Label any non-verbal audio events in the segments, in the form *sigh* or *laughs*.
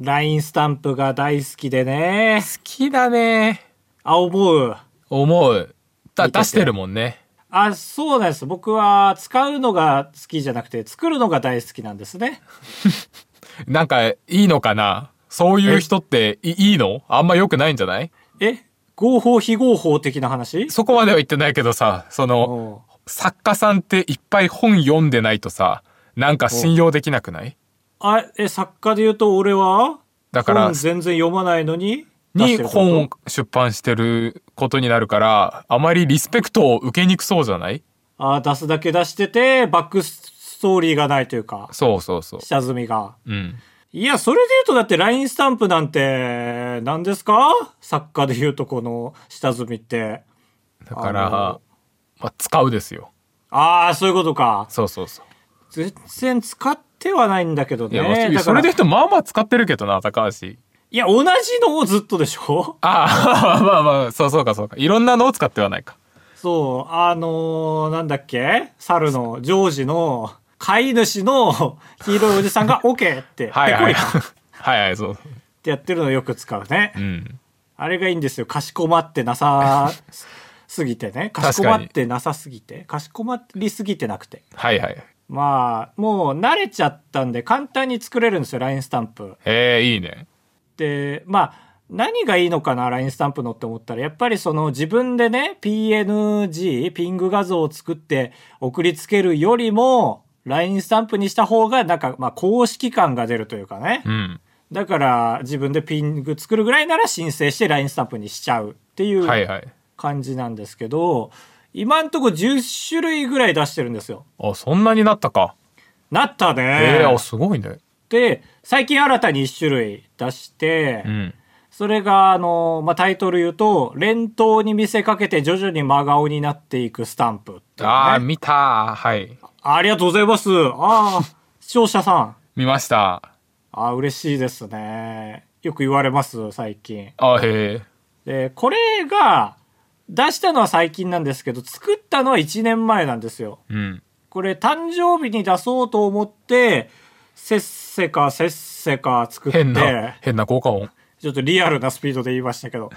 LINE スタンプが大好きでね。好きだね。あ、思う。思う。だ、見てて出してるもんね。あ、そうなんです。僕は使うのが好きじゃなくて、作るのが大好きなんですね。なんか、いいのかなそういう人ってい、いいのあんま良くないんじゃないえ合法非合法的な話そこまでは言ってないけどさ、その、おう作家さんっていっぱい本読んでないとさ、なんか信用できなくないあ、え、作家で言うと俺はだから本全然読まないのに出してるっにてこと本を出版してることになるから、あまりリスペクトを受けにくそうじゃないあ出すだけ出してて、バックストーリーがないというか、そうそうそう。下積みが。うん。いや、それで言うとだって LINE スタンプなんて、何ですか作家で言うとこの下積みって。だから、あのまあ、使うですよ。ああ、そういうことか。そうそうそう。全然使ってはないんだけどいね。や、まあだそかられで言うと、まあまあ使ってるけどな、高橋。いや、同じのをずっとでしょああ、 *laughs* まあまあ、そうそうかそうか。いろんなのを使ってはないか。そう、あのーなんだっけ猿の、ジョージの、飼い主の黄色いおじ *laughs* さんが OK って、はいペコはい。リかっ *laughs* はいはい、そう。てやってるのよく使うね。うん。あれがいいんですよ。かしこまってなさすぎてね。かしこまってなさすぎて。かしこまりすぎてなくて。はいはい。まあ、もう慣れちゃったんで簡単に作れるんですよ、LINE スタンプ。へえ、いいね。で、まあ、何がいいのかな、LINE スタンプのって思ったら、やっぱりその自分でね、PNG、ピング画像を作って送りつけるよりも、LINE スタンプにした方が、なんか、まあ、公式感が出るというかね。うん。だから、自分でピング作るぐらいなら申請して LINE スタンプにしちゃうっていうはいはい。感じなんですけど、今んとこ10種類ぐらい出してるんですよ。あ、そんなになったか。なったねへえ、あ、すごいね。で、最近新たに1種類出して、うん。それが、あの、まあ、タイトル言うと、連投に見せかけて徐々に真顔になっていくスタンプっていうね、ああ、見た。はい。ありがとうございます。ああ、視聴者さん。見ました。ああ、嬉しいですね。よく言われます、最近。あへえ。で、これが、出したのは最近なんですけど、作ったのは1年前なんですよ。うん。これ、誕生日に出そうと思って、せっせかせっせか作って、変な、変な効果音。ちょっとリアルなスピードで言いました *laughs* けど、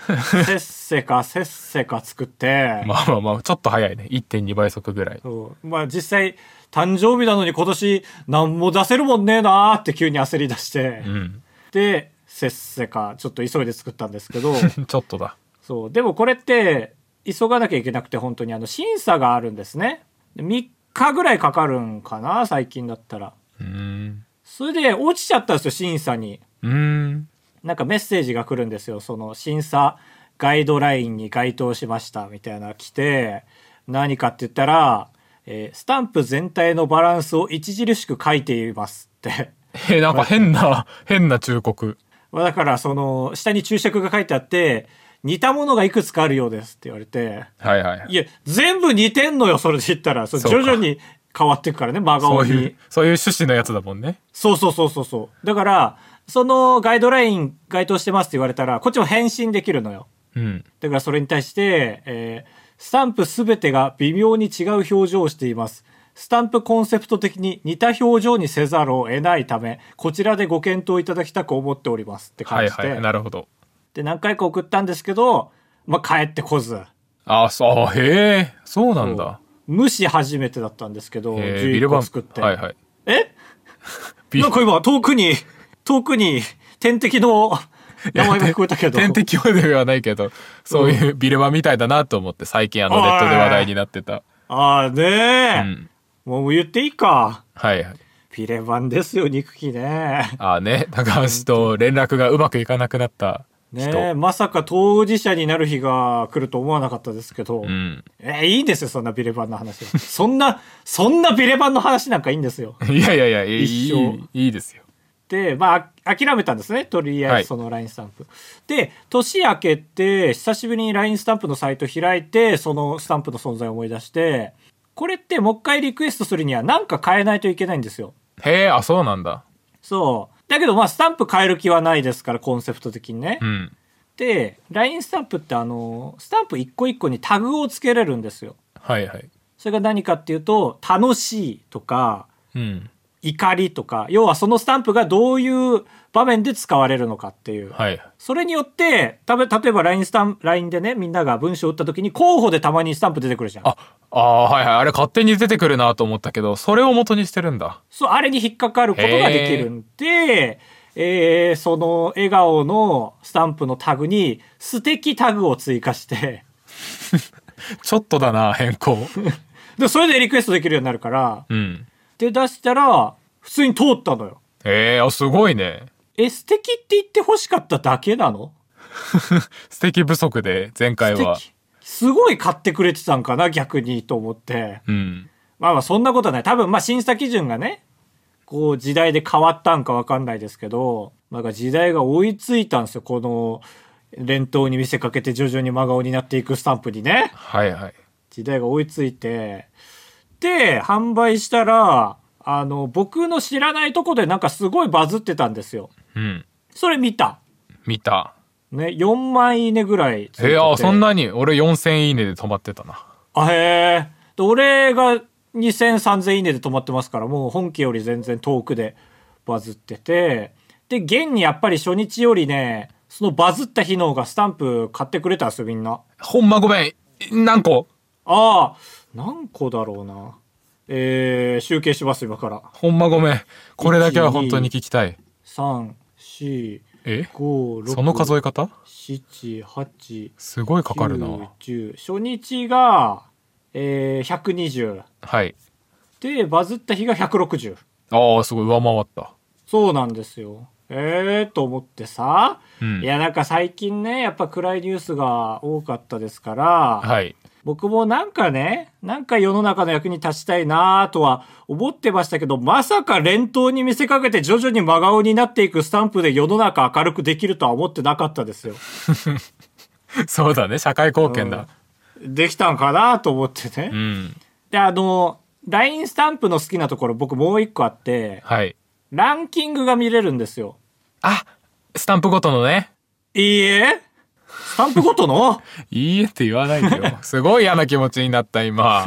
せっせかせっせか作って、まあまあまあ、ちょっと早いね。1.2倍速ぐらい。そうまあ実際、誕生日なのに今年何も出せるもんねえなーって急に焦り出して、うん。 *laughs* で、せっせか、ちょっと急いで作ったんです *laughs* けど、ちょっとだ。そう、でもこれって、急がなきゃいけなくて本当にあの審査があるんですね。3日ぐらいかかるんかな、最近だったら。うーん。それで落ちちゃったんですよ、審査に。うーん。なんかメッセージが来るんですよ。その審査ガイドラインに該当しましたみたいなのが来て、何かって言ったら、えースタンプ全体のバランスを著しく書いていますって。 *laughs* え、なんか変な、変な忠告。まあだからその下に注釈が書いてあって、似たものがいくつかあるようですって言われて、はいはいはいい。や、全部似てんのよ、それで言ったら。それそうか徐々に変わっていくからね、真そ顔ういうに。、そういう趣旨のやつだもんね。そうそうそうそうそう。だから、そのガイドライン該当してますって言われたら、こっちも返信できるのよ。うん。だからそれに対して、えースタンプすべてが微妙に違う表情をしています。スタンプコンセプト的に似た表情にせざるを得ないため、こちらでご検討いただきたく思っておりますっては感いじで、はい。なるほど。で何回か送ったんですけど、まあ、帰ってこず、あ、そう、あへえ、そうなんだ。無視初めてだったんですけど、へえ11個作って。はいはい。え *laughs* ビなんか今、遠くに、遠くに、天敵の名前が聞こえたけど。天敵まではないけど、そういうビルバみたいだなと思って、最近あのネットで話題になってた。ああ、ねえう、ん。もう言っていいか。はいはい。ピレバンですよ、憎きね。ああね、高橋と連絡がうまくいかなくなった *laughs* 人。ねえ、まさか当事者になる日が来ると思わなかったですけど、うん。えいいんですよそんなビレバンの話は *laughs* そんなそんなビレバンの話なんかいいんですよいやいやいや、いい、一生いいですよ。でまああ諦めたんですねとりあはえいずその LINE スタンプ、で年明けて久しぶりに LINE スタンプのサイト開いてそのスタンプの存在を思い出してこれってもう一回リクエストするには何か変えないといけないんですよへえ、あ、そうなんだ。そうだけどまあスタンプ変える気はないですからコンセプト的にね、うん。で LINE スタンプってあのスタンプ一個一個にタグをつけれるんですよはいはい。それが何かっていうと「楽しい」とかうん。 「怒りとか、要はそのスタンプがどういう場面で使われるのかっていう。はい。それによって、たぶ例えば LINE スタン、LINE でね、みんなが文章を打った時に候補でたまにスタンプ出てくるじゃん。あ、あーはいはい。あれ勝手に出てくるなと思ったけど、それを元にしてるんだ。そう、あれに引っかかることができるんで、えーその笑顔のスタンプのタグに素敵タグを追加して、ちょっとだな、変更。で、それでリクエストできるようになるから、うん。で出したら、普通に通ったのよ。えー、あ、すごいね。え、素敵って言って欲しかっただけなの素敵不足で、前回素は。敵。すごい買ってくれてたんかな、逆にと思って。うん。まあまあ、そんなことはない。多分、まあ、審査基準がね、こう、時代で変わったんかわかんないですけど、なんか時代が追いついたんですよ。この、連投に見せかけて徐々に真顔になっていくスタンプにね。はいはい。時代が追いついて。で、販売したら、あの、僕の知らないとこでなんかすごいバズってたんですよ。うん。それ見た。見た。ね、4万いいねぐらいついてえて。ー、あー、そんなに、俺4000いいねで止まってたな。あ、へえ。で俺が2000、3000いいねで止まってますから、もう本家より全然遠くでバズってて。で、現にやっぱり初日よりね、そのバズった日の方がスタンプ買ってくれたんですよ、みんな。ほんまごめん。何個ああ、何個だろうな。えー、集計します、今から。ほんまごめん。これだけは本当に聞きたい。 3、4、え5、6、その数え方7、8、すごいかかる9な。、 10。初日が、えー、120。はい。で、バズった日が160。ああ、すごい上回った。そうなんですよ。ええー、と思ってさ、うんいやなんか最近ねやっぱ暗いニュースが多かったですから、はい。僕もなんかねなんか世の中の役に立ちたいなとは思ってましたけどまさか連投に見せかけて徐々に真顔になっていくスタンプで世の中明るくできるとは思ってなかったですよ。そうだね。社会貢献だ。できたんかなと思ってね。うん。であの LINE スタンプの好きなところ僕もう一個あってはい。ランキングが見れるんですよ。あスタンプごとのね。いいえスタンプごと *laughs* のいいえって言わないで *laughs* よ。すごい嫌な気持ちになった、今。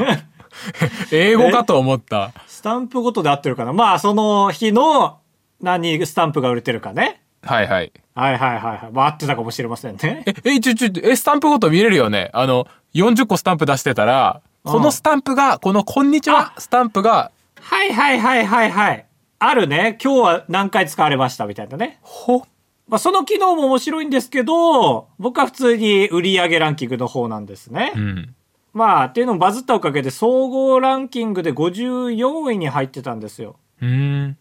*laughs* 英語かと思った。スタンプごとで合ってるかなまあ、その日の何スタンプが売れてるかね。はいはい。はいはいはいはい。まあ、合ってたかもしれませんね。え、え、ちょ、ちょ、え、スタンプごと見れるよね。あの、40個スタンプ出してたら、うんこのスタンプが、このこんにちはスタンプが、はいはいはいはいはい。あるね。今日は何回使われましたみたいなね。ほ、まあ、その機能も面白いんですけど、僕は普通に売り上げランキングの方なんですね。うん。まあ、っていうのもバズったおかげで総合ランキングで54位に入ってたんですよ。うん。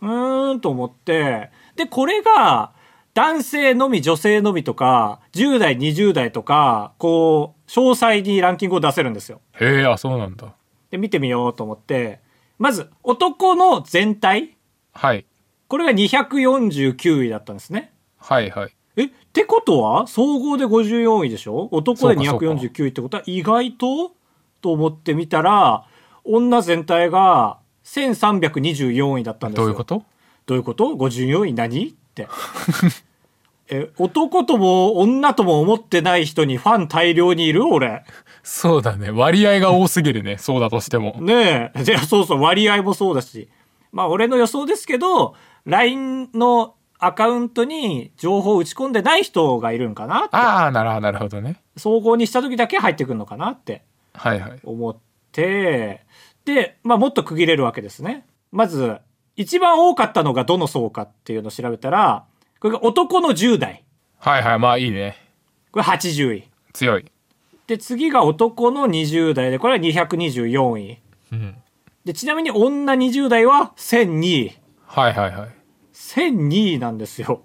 うーんと思って。で、これが、男性のみ女性のみとか、10代、20代とか、こう、詳細にランキングを出せるんですよ。へえ、あ、そうなんだ。で、見てみようと思って。まず、男の全体。はい。これが249位だったんですね。はいはい。え、ってことは、総合で54位でしょ男でそうかそうか249位ってことは、意外とと思ってみたら、女全体が1324位だったんですよ。どういうことどういうこと ?54 位何って。え、男とも女とも思ってない人にファン大量にいる俺。そうだね。割合が多すぎるね。そうだとしても。ねえ。で、そうそう、割合もそうだし。まあ、俺の予想ですけど、LINE のアカウントに情報を打ち込んでない人がいるんかなああ、なるほど、なるほどね。総合にした時だけ入ってくるのかなってはいはい。思って、で、まあ、もっと区切れるわけですね。まず、一番多かったのがどの層かっていうのを調べたら、これが男の10代。はいはい、まあいいね。これ80位。強い。で、次が男の20代で、これは224位。うん。で、ちなみに女20代は1002位。はいはいはい。 1002位なんですよ。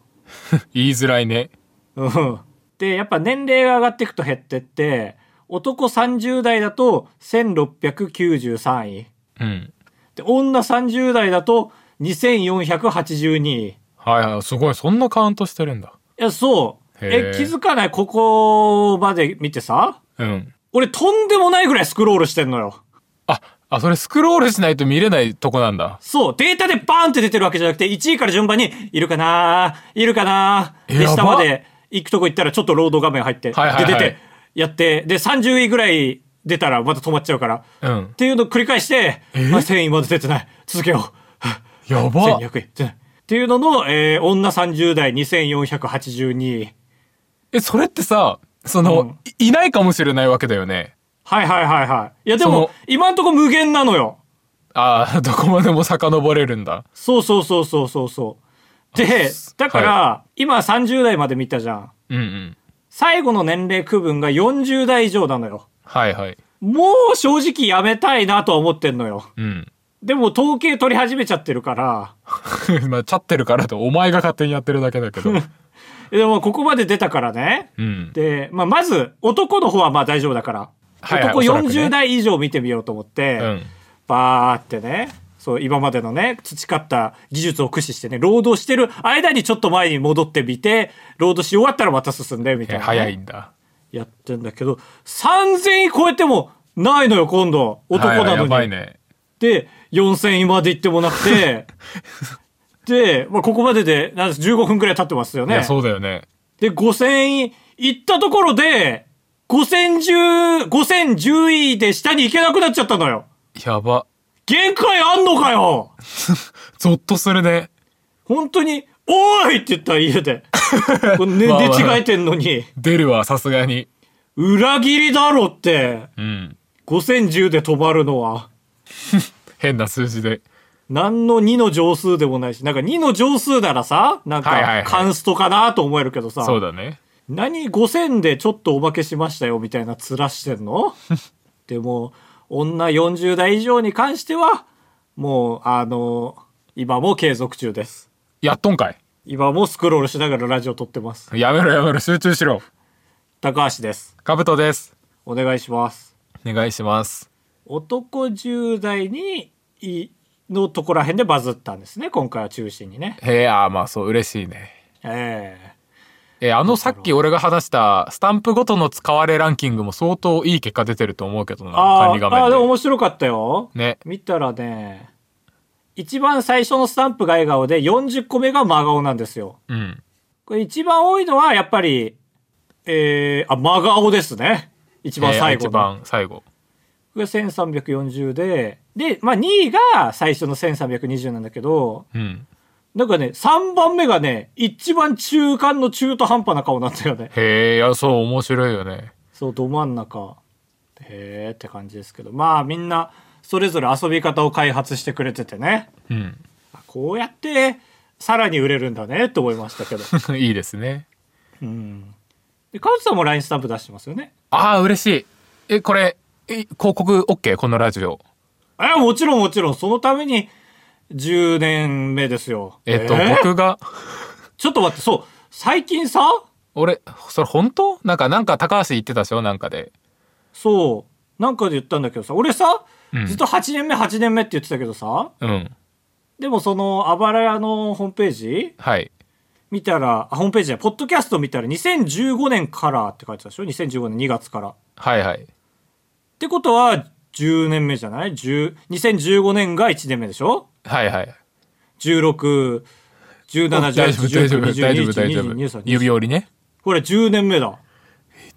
言いづらいね。うん。で、やっぱ年齢が上がっていくと減ってって、男30代だと1693位。うん。で、女30代だと2482位。いはいはい、すごい。そんなカウントしてるんだ。や、そう。えへ、ー気づかないここまで見てさ、うん。俺とんでもないぐらいスクロールしてんのよ。あ、あ、それスクロールしないと見れないとこなんだ。そう、データでバーンって出てるわけじゃなくて、1位から順番に、いるかないるかなで、やば下まで行くとこ行ったら、ちょっとロード画面入って、はいはいはいで、出て、やって、で、30位ぐらい出たら、また止まっちゃうから。うっん。ていうのを繰り返して、まあ、1000位まで出てない。続けよう。やば1200円じゃないっていうのの、えー女30代2482え、それってさ、その、うんいいないかもしれないわけだよね。はいはいはいはいいやでそもの今んとこ無限なのよあ *laughs* あ、どこまでも遡れるんだ。そうそうそうそうそうそうでだから、今30代まで見たじゃんうんうん。最後の年齢区分が40代以上なのよはいはい。もう正直やめたいなとは思ってんのようん。 *laughs* でも統計取り始めちゃってるからまあ、ちゃってるからと、お前が勝手にやってるだけだ *laughs* けど。でもここまで出たからねうん。で、まあ、まず男の方はまあ大丈夫だから、はいはい男おそらくね40代以上見てみようと思って、うん。バーってねそう今までのね培った技術を駆使してね労働してる間にちょっと前に戻ってみて労働し終わったらまた進んでみたいえなね、早いんだ。やってんだけど3,000超えてもないのよ今度男なのに。はいやばいね。で、4000位まで行ってもなく *laughs* て、で、まあ、ここまでで、なんです15分くらい経ってますよいや、ね。そうだよね。で、5000位行ったところで、5010、5010位で下に行けなくなっちゃったのよ。やば。限界あんのかよゾッとするね。本当に、おーいって言った家 *laughs* で。これね、まあまあ寝違えてんのに、出るわ、さすがに。裏切りだろって、うん。 5010で止まるのは。変な数字で。何の2の乗数でもないし、なんか2の乗数ならさ、なんはいはいはかいカンストかなと思えるけどさ、そうだね。何5000でちょっとおまけしましたよみたいな面してん *laughs* のでも、女40代以上に関しては、もう、あの、今も継続中です。やっとんかい。今もスクロールしながらラジオ撮ってます。やめろやめろ、集中しろ。高橋です。カブトです。お願いします。お願いします。男10代に、いのとこら辺でバズったんですね、今回は中心にね。へえ、あーまあそう、嬉しいね。えええーあのさっき俺が話したスタンプごとの使われランキングも相当いい結果出てると思うけどなあ管理画ーあーでも面で面白かったよ、ね見たらね一番最初のスタンプが笑顔で40個目が真顔なんですようんこれ一番多いのはやっぱりえー、あ真顔ですね一番最えー後一の、番最後これ1340でで、まあ、2位が最初の1320なんだけどうんなんかね3番目がね一番中間の中途半端な顔なんだよねへえいやそう面白いよねそうど真ん中へーって感じですけどまあみんなそれぞれ遊び方を開発してくれててねうん *laughs* あこうやってさらに売れるんだねと思いましたけどいいですねうんでカズさんも LINE スタンプ出してますよねああ嬉しいえこれえ広告 OK このラジオあもちろんもちろんそのために10年目ですよえっと、ー僕がちょっと待ってそう最近さ俺それ本当なんかなんか高橋言ってたでしょなんかでそうなんかで言ったんだけどさ俺さ、うんずっと8年目8年目って言ってたけどさうんでもそのあばら屋のホームページはい見たらあホームページじゃないポッドキャスト見たら2015年からって書いてたでしょ2015年2月からっはいはいてことは10年目じゃない10 2015年が1年目でしょはいはい16、17、大丈夫大丈18、夫19、大丈20、夫大丈21、夫22、23。指折りねこれ10年目だ。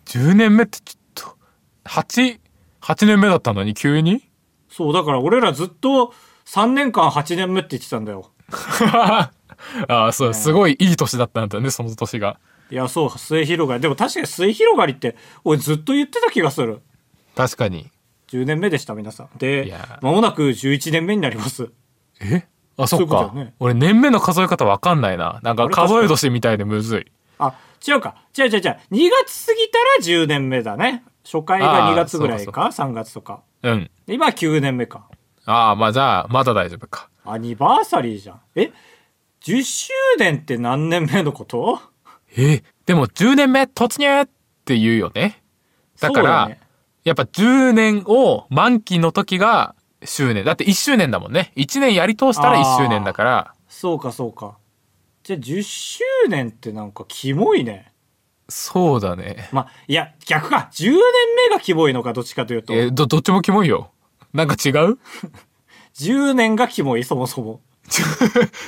10年目ってちょっと88年目だったのに急に *laughs* そう、だから俺らずっと3年間8年目って言ってたんだよ。ああそうすごいいい年だったんだねその年がいや、そう、末広がり。でも確かに末広がりって、俺ずっと言ってた気がする。確かに10年目でした、皆さん。いでや、ーまもなく11年目になります。えあそそっういうこかとだよね俺年目の数え方わかんないななんか数え年みたいでむずいあ、違うか。違う違う違う。2月過ぎたら10年目だね。初回が2月ぐらいか、3月とか。うんで今9年目か。ああまあじゃあまだ大丈夫かアニバーサリーじゃん。え ?10 周年って何年目のことえでも10年目突入って言うよねだかそうらだねやっぱ10年を満期の時が周年だって1周年だもんね1年やり通したら1周年だからそうかそうかじゃあ10周年ってなんかキモいねそうだねまあいや逆か10年目がキモいのかどっちかというとえーどどっちもキモいよなんか違う *laughs* 10年がキモいそもそも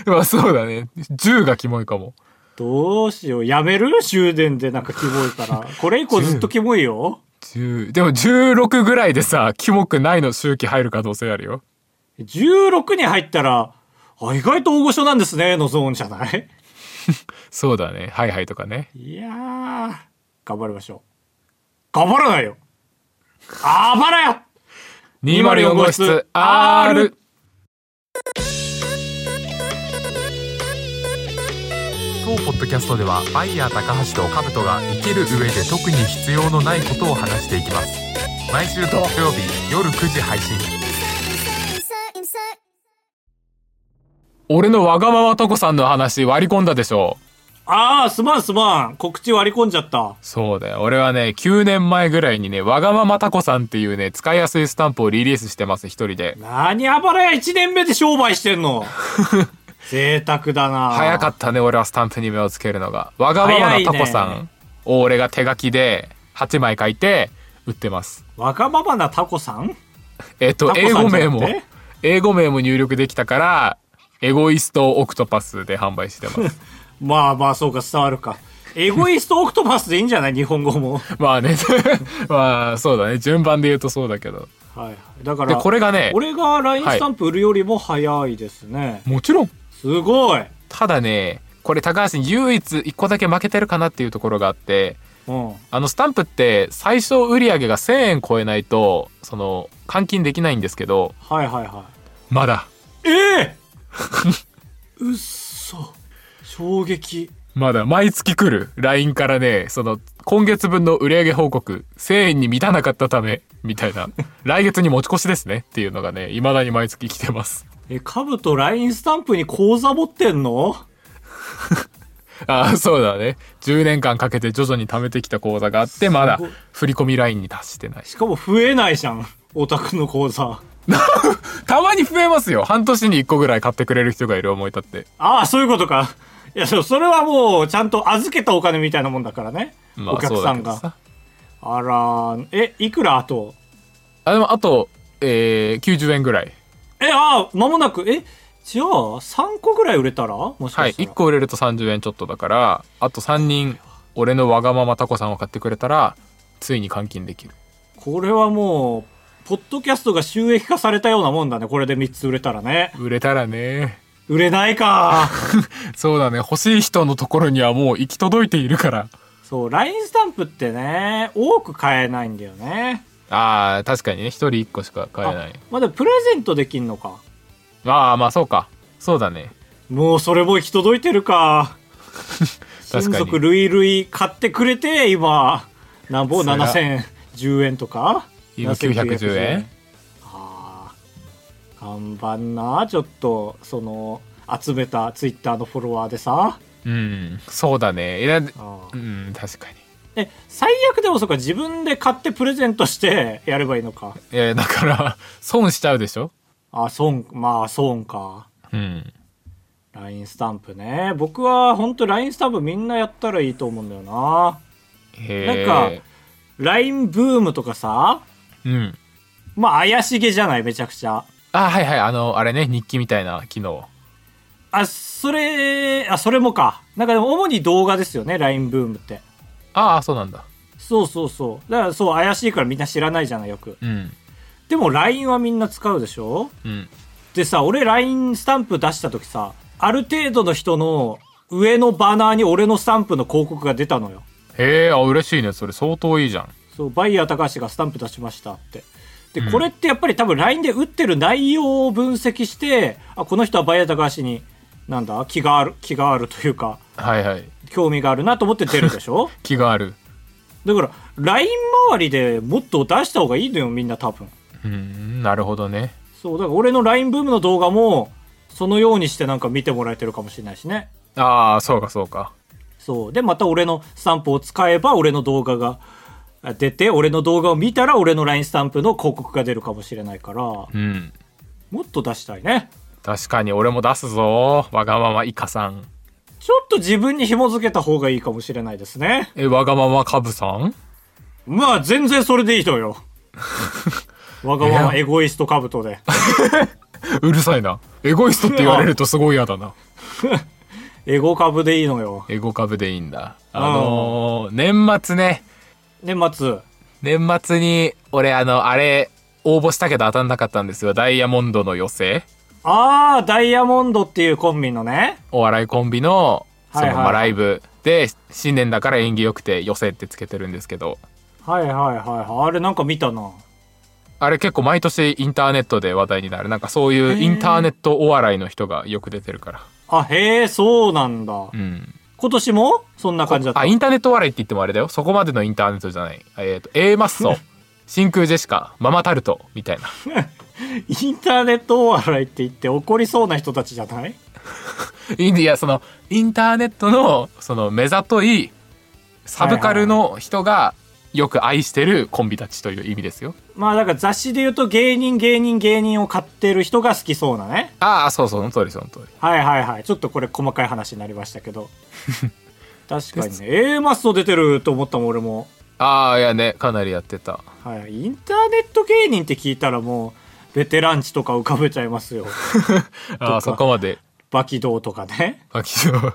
まあそうだね10がキモいかもどうしようやめる終電でなんかキモいからこれ以降ずっとキモいよ10でも16ぐらいでさキモくないの周期入る可能性あるよ16に入ったらあ、意外と大御所なんですね、のゾーンじゃない *laughs* そうだね。はいはいとかね。いやー、頑張りましょう。頑張らないよあばらよ204号室 R! 当ポッドキャストではバイヤー高橋とカブトが生きる上で特に必要のないことを話していきます毎週土曜日夜9時配信 insert, insert. 俺のわがままとこさんの話割り込んだでしょああ、すまんすまん。告知割り込んじゃった。そうだよ俺はね9年前ぐらいにねわがままたこさんっていうね使いやすいスタンプをリリースしてます一人で何あばらや1年目で商売してん *laughs* の贅沢だな早かったね俺はスタンプに目をつけるのがわがままなタコさ早いんを俺が手書きで8枚書いて売ってますわがままなタコさんえっとタコ英さ語んじ名ゃなくもて英語名も入力できたからエゴイストオクトパスで販売してます *laughs* まあまあ、そうか、伝わるか。エゴイストオクトパスでいいんじゃない日本語も。まあね *laughs* まあそうだね順番で言うとそうだけどはい。だから、でこれがね俺が LINE スタンプ売るよりも早いですね。もちろんすごい。ただねこれ高橋に唯一1個だけ負けてるかなっていうところがあってうん。あのスタンプって最初売り上げが1,000円超えないとその換金できないんですけどはいはいはまだい。え *laughs* えうっそ。衝撃。まだ毎月来る LINE からねその今月分の売上報告1000円に満たなかったためみたいな *laughs* 来月に持ち越しですねっていうのがねいまだに毎月来てますえ、カブと LINE スタンプに口座持ってんのああそうだね10年間かけて徐々に貯めてきた口座があってまだすごい振り込み LINE に達してないしかも増えないじゃん。オタクの口座。たまに増えますよ半年に1個ぐらい買ってくれる人がいる思い立ってああ、そういうことか。いや、そうそれはもう、ちゃんと預けたお金みたいなもんだからね。まおあ客そうさだんけどが。さあら、え、いくらあとあでもあと、えー、90円ぐらいえ、ああ、間もなく、え、じゃあ、3個ぐらい売れたらもしはかいしたら。 1。個売れると30円ちょっとだからあと3人俺のわがままタコさんを買ってくれたらついに換金できるこれはもう、ポッドキャストが収益化されたようなもんだね。これで3つ売れたらね。売れたらね売れないか。 *laughs* そうだね欲しい人のところにはもう行き届いているからそう、LINE スタンプってね、多く買えないんだよね。あー確かにね1人1個しか買えないあまあでもプレゼントできんのか。ああまあそうかそうだねもうそれも行き届いてるか。親確かに族類々買ってくれて、今、なんぼそりゃ7010円とか今910円ああ頑張んなちょっとその集めたツイッターのフォロワーでさうんそうだねいやあうーん確かにえ最悪でもそうか自分で買ってプレゼントしてやればいいのかえだから損しちゃうでしょあ損まあ損かうん LINE スタンプね僕は本当 LINE スタンプみんなやったらいいと思うんだよなへえなんか LINE ブームとかさうんまあ怪しげじゃないめちゃくちゃあはいはいあのあれね日記みたいな機能あそれあそれもかなんかでも主に動画ですよね LINE ブームってああそうなんだそうそうそう。だからそう、怪しいからみんな知らないじゃない、よく。うんでも LINE はみんな使うでしょうんでさ、俺 LINE スタンプ出した時さ、ある程度の人の上のバナーに俺のスタンプの広告が出たのよ。へえあ嬉しいねそれ相当いいじゃんそう、バイヤー高橋がスタンプ出しましたって。で、うんこれってやっぱり多分 LINE で打ってる内容を分析して、あ、この人はバイヤー高橋に、なんだ、気がある、気があるというか、はいはい興味があるなと思って出るでし *laughs* ょ気があるだから、LINE 周りでもっと出した方がいいのよ、みんな多分。うんなるほどねそう、だから俺の LINE ブームの動画も、そのようにしてなんか見てもらえてるかもしれないしね。ああそうかそうかそう。で、また俺のスタンプを使えば、俺の動画があ出て、俺の動画を見たら、俺の LINE スタンプの広告が出るかもしれないから、もうんっと出したいね。確かに俺も出すぞわがままイカさんちょっと自分に紐づけた方がいいかもしれないですね。えわがままカブさんまあ、全然それでいいのよ。わがままエゴイスト兜で。うるさいなエゴイストって言われるとすごい嫌だなエゴ株でいいのよ。 *laughs* エゴカブでいいんだあのー、年末ね年末。年末に俺あのあれ応募したけど当たんなかったんですよダイヤモンドの寄せああ、ダイヤモンドっていうコンビのね。お笑いコンビのその、はいはいまあ、ライブで新年だから縁起よくて寄せってつけてるんですけどはいはいはいはい。あれなんか見たな。あれ結構毎年インターネットで話題になるなんかそういうインターネットお笑いの人がよく出てるから、あ、へえ、そうなんだう。ん、今年もそんな感じだった。あインターネットお笑いって言ってもあれだよそこまでのインターネットじゃない、えー、と A マッ *laughs* ソ真空ジェシカママタルトみたいなインターネットお笑いって言って怒りそうな人たちじゃないインディアそのインターネットのその目ざといサブカルの人がよく愛してるコンビたちという意味ですよまあだから雑誌で言うと芸人芸人芸人を買ってる人が好きそうなね。ああそうそうその通りその通りはいはいはい。ちょっとこれ細かい話になりましたけ *laughs* ど。確かにね。A マスト出てると思ったもん俺も。ああいやねかなりやってたはい。インターネット芸人って聞いたらもう、ベテランチとか浮かべちゃいますよ。ああそこまでバキドーとかね。あ起 *laughs* 動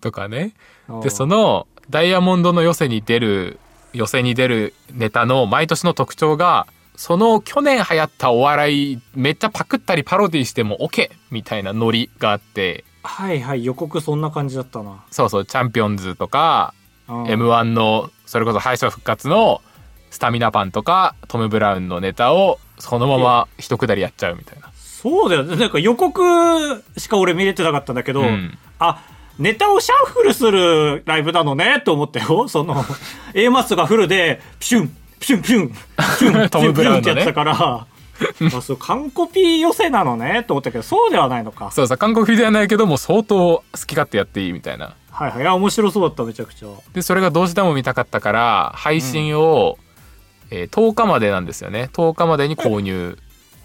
とかねうんでそのダイヤモンドの寄せに出る寄せに出るネタの毎年の特徴がその去年流行ったお笑いめっちゃパクったりパロディしても OK みたいなノリがあってはいはい。予告そんな感じだったな。そうそうチャンピオンズとかうん m 1のそれこそ敗者復活のスタミナパンとかトム・ブラウンのネタをそのまま一くだりやっちゃうみたいな。そうだよね。なんか予告しか俺見れてなかったんだけど、うんあ、ネタをシャッフルするライブなのねと思ったよ。 *laughs* その、A マストがフルで、ピシュン、ピシュン、ピシュン、ピシュン、 *laughs* トムブラウンのねピシュンってやってたから、 *laughs* あそう、完コピ寄せなのねと思ったけど、そうではないのか。そうさ韓国風ではないけどもう相当好き勝手やっていいみたいな。はいはい。いや、面白そうだった、めちゃくちゃ。でそれがどうしても見たかったから配信を、えー10日までなんですよね10日までに購入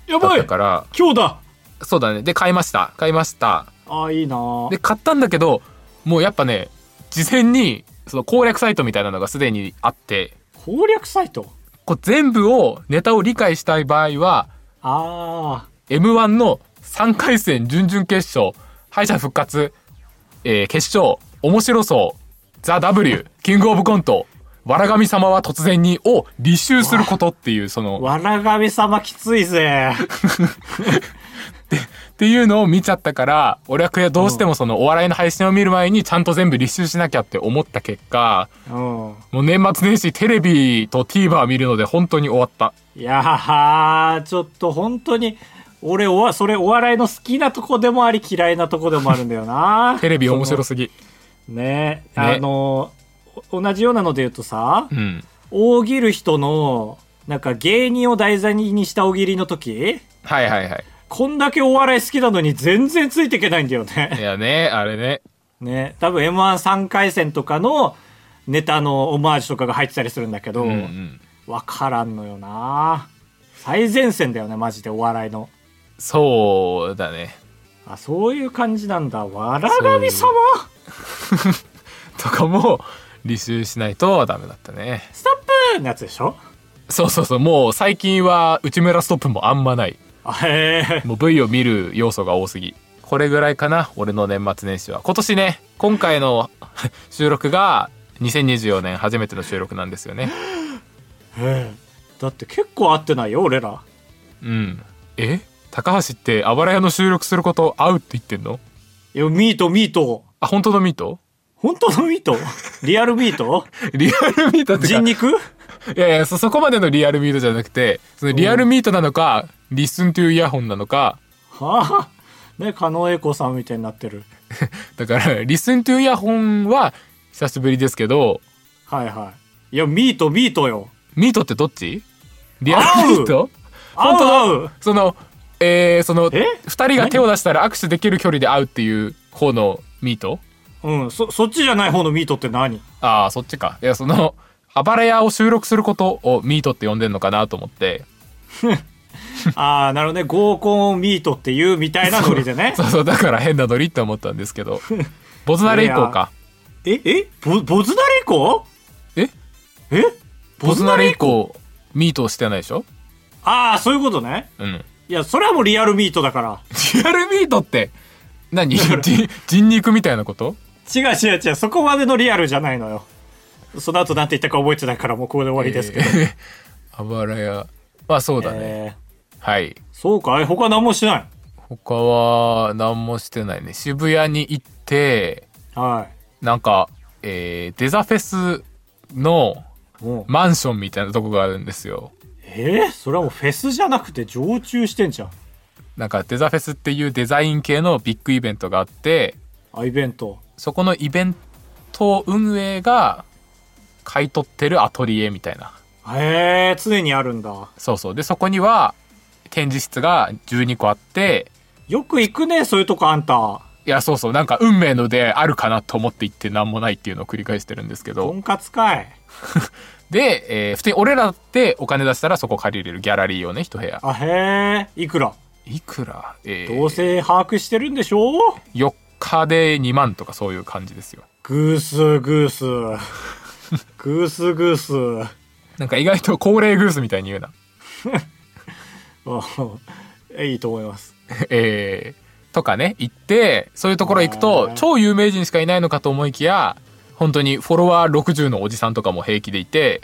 やだっばたいから今日だそうだねで買いました買いましたあーいいなーで買ったんだけどもうやっぱね事前にその攻略サイトみたいなのがすでにあって攻略サイトこう全部をネタを理解したい場合はあ m 1の3回戦準々決勝敗者復活、えー決勝面白そうザ・ W キングオブコントわらがみ様は突然にを履修することっていうそー。のわらがみ様きつい *laughs* ぜ。っていうのを見ちゃったから俺はどうしてもそのお笑いの配信を見る前にちゃんと全部履修しなきゃって思った結果うん。もう年末年始テレビと TVer 見るので本当に終わった。いやー、ちょっと本当に、俺おわ、それお笑いの好きなとこでもあり嫌いなとこでもあるんだよな *laughs* テレビ面白すぎそのねあの、お同じようなので言うとさう、ん大喜る人の、なんか芸人を題材にした大喜利の時、はいはいはいこんだけお笑い好きなのに全然ついていけないんだよいね。やねあれ *laughs* ねね、多分 M13 回戦とかのネタのオマージュとかが入ってたりするんだけど、うわ、んうんからんのよな。最前線だよね、マジでお笑いの。そうだねあそういう感じなんだわらがみ様とかも履修しないとダメだったねストップのやつでしょそうそうそうもう最近は内村ストップもあんまないあへえもう V を見る要素が多すぎこれぐらいかな俺の年末年始は今年ね今回の *laughs* 収録が2024年初めての収録なんですよねへえだって結構合ってないよ俺らうんえ高橋ってあばら屋の収録すること合うって言ってんのいやミートミートあ本当のミート本当のミ *laughs* ートリアルミートリアルミートってか人肉いやいやそそこまでのリアルミートじゃなくてそのリアルミートなのかリスンというイヤホンなのかはあね狩野英孝さんみたいになってるだから、 *laughs* リスントゥイヤホンは久しぶりですけど、はいはいいやミートミートよミートってどっちリアルミート合う合うその、えー、その、え二人が手を出したら握手できる距離で会うっていう方のミートうんそそっちじゃない方のミートって *laughs* 何ああ、そっちか。いや、その、あばら屋を収録することをミートって呼んでんのかなと思って。ああなるほどね合コンミートっていうみたいなノリでね *laughs* そうそう、だから変なノリって思ったんですけ *laughs* ど。ボズナレ以降か。ええボボズナレ以降ええボズナレ以降、ミートしてないでしょああ、そういうことね。うん。いや、それはもうリアルミートだから。リアルミートって何、人人肉みたいなこと違う違う違う、そこまでのリアルじゃないのよ。その後なんて言ったか覚えてないから、もうこれで終わりですけど。えー *laughs* あばらや。まあそうだね。えーはい。そうか、え他何もしない。他は何もしてないね渋谷に行ってはなんか、えーデザフェスのい。もう。マンションみたいなとこがあるんですよえー、それはもうフェスじゃなくて常駐してんじゃん。なんかデザフェスっていうデザイン系のビッグイベントがあってあ、イベント。そこのイベント運営が買い取ってるアトリエみたいなへえ、常にあるんだ。そうそうでそこには展示室が12個あってよく行くね、そういうとこあんた。いやそうそうなんか運命の出会いあるかなと思って行って何もないっていうのを繰り返してるんですけとどんかつかい。で、えー普通に俺らってお金出したらそこ借りれるギャラリーをね一部屋あ、へえ、いくらいくら、えーどうせ把握してるんでしょ4日で2万とかそういう感じですよグースグース。 *laughs* グースグース。なんか意外と高齢グースみたいに言うな *laughs* うん *laughs* いいと思います。えーとかね行ってそういうところ行くあとー超有名人しかいないのかと思いきや本当にフォロワー60のおじさんとかも平気でいて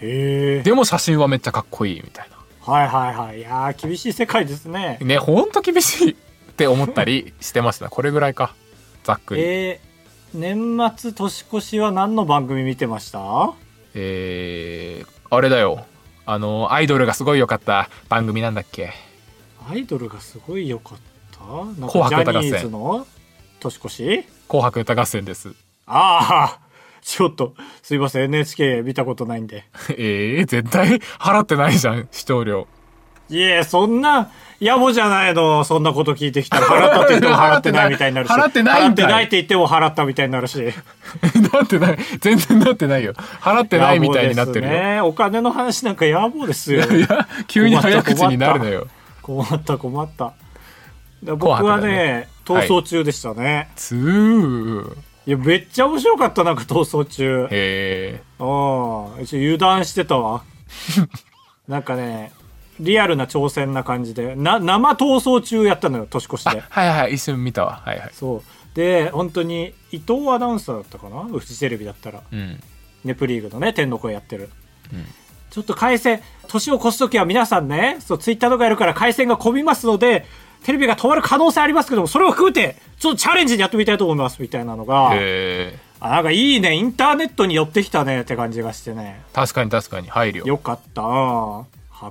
へえ。でも写真はめっちゃかっこいいみたいなはいはいはい。いやー、厳しい世界ですね。ねほんと厳しいって思ったりしてましたこれぐらいかざっくりええー、年末年越しは何の番組見てましたーあれだよあのアイドルがすごい良かった番組なんだっけアイドルがすごい良かったなん紅かジ白歌ャ合戦ニーズの年越し「紅白歌合戦」です *laughs* ああちょっとすいません NHK 見たことないんでえー、絶対払ってないじゃん視聴料 *laughs* いえそんな野暮じゃないのそんなこと聞いてきたら払ったって言っても払ってないみたいになるし *laughs* 払ってない払んっかいてないって言っても払ったみたいになるしなってない全然なってないよ払ってないみたいになってるよ野暮ですねお金の話なんか野暮ですよいや急に早口になるのよ困った困ったで僕紅白だはねねは逃い走中でしたね、つーいや、めっちゃ面白かった、なんか逃走中。うん。ちへょ油断してた *laughs* わ。なんかね、リアルな挑戦な感じで、な、生逃走中やったのよ、年越しーであ。はいはい一瞬見たわはいはいそう。で、本当に、伊藤アナウンサーだったかなフジテレビだったら。うんネプリーグのね、天の声やってる。うんちょっと回線、年を越すときは皆さんね、そう、ツイッターとかやるから回線が混みますので、テレビが止まる可能性ありますけども、それを含めて、ちょっとチャレンジでやってみたいと思います、みたいなのが。へえあなんかいいねインターネットに寄ってきたねって感じがしてね確かに確かに配慮よかったは